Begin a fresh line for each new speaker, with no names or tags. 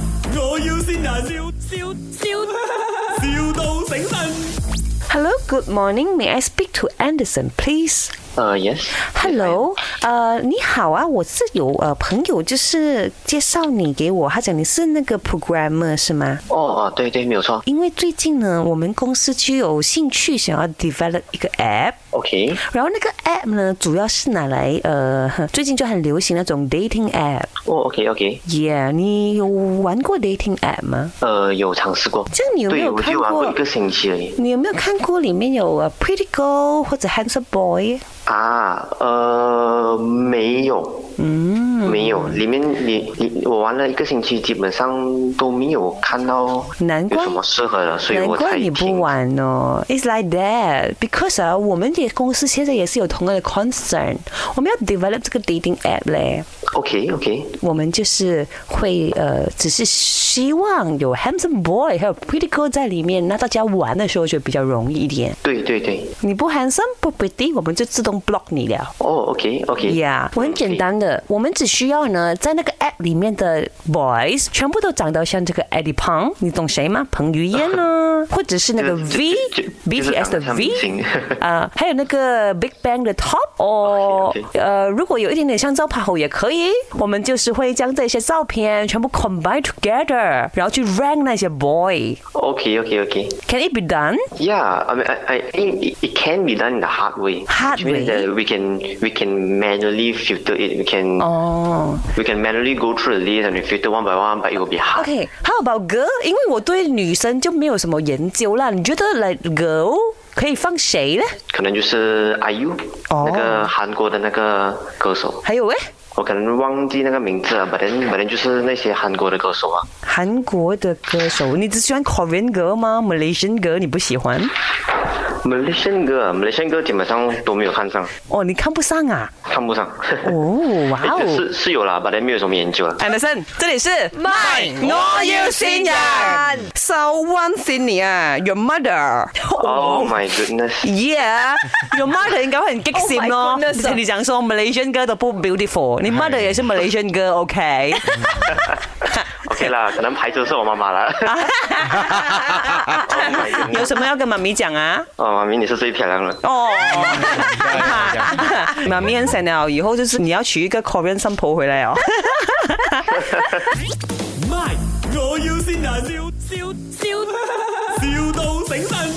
要先人，笑笑笑，,笑到醒神。
Hello, good morning. May I speak to Anderson, please?
呃，yes。
Hello，呃，你好啊，我是有呃朋友就是介绍你给我，他讲你是那个 programmer 是吗？
哦哦，对对，没有错。
因为最近呢，我们公司就有兴趣想要 develop 一个 app，
OK，
然后那个 app 呢，主要是拿来呃，最近就很流行那种 dating app。
哦，OK OK，
Yeah，你有玩过 dating app 吗？
呃，有尝试过。
这样你有没
对，
有
我
看
就玩过
过
一？个星期而已。
你有没有看过里面有呃 pretty girl 或者 handsome boy？
啊，呃，没有，嗯，没有。里面你你我玩了一个星期，基本上都没有看到
难
有
怪
什么适合的，所以
难
我才
怪你不
停。
玩哦，It's like that because 啊，我们的公司现在也是有同样的 concern，我们要 develop 这个 dating app 嘞，
OK OK，
我们就是会呃，只是希望有 handsome boy 还有 pretty girl 在里面，那大家玩的时候就比较容易一点。
对对对，
你不 handsome 不 pretty，我们就自动 block 你了。
哦 OK OK，
Yeah，我很简单的，我们只需要呢，在那个 app 里面的 boys 全部都长得像这个 Eddie Pang，你懂谁吗？彭于晏 呢，或者是那个
就
V
就就
BTS 的
就是长得像
V
明星
啊，还有那个 Big Bang 的 Top 哦
OK，OK，
呃，如果有一点点像招牌猴也可以，我们就是会将这些照片全部 combine together，然后去 rank 那些 boy。
OK OK OK。
Can it be done？
Yeah, I mean, I, I think it- it can be done in the hard way.
Hard
which
way?
means that we can we can manually filter it. We can
哦、
we can manually go through the list and we filter one by one, but it will be hard.
OK，还有 about girl，因为我对女生就没有什么研究啦。你觉得 like girl 可以放谁呢？
可能就是 IU、
哦
那个韩国的那个歌手，
还有诶，
我可能忘记那个名字了，反正反正就是那些韩国的歌手啊。
韩国的歌手，你只喜欢 Korean girl 吗？Malaysian girl 你不喜欢？
Malaysian 歌，Malaysian 歌基本上都没有看上，
哦，你看不上啊？
看不上。
哦，哇哦
是是有啦，反正没有什么研究啊啦。
！Anderson，这里是 My，我要新人，
So one senior,
啊
your mother.
哦
Oh my goodness！
Yeah，your mother 应该会很激心
Oh
咯
my。goodness
你讲说 Malaysian girl 都不 beautiful，你 mother 也是 Malaysian girl，OK？
OK 啦，可能排除是我妈妈 啦。oh my goodness！
有什么要跟妈咪讲啊？
哦，妈咪，你是最漂亮的。
哦。
哎
妈咪很神了，以后就是你要娶一个 Korean 新抱回来哦。
唔我要先人，笑笑笑，,笑到醒神。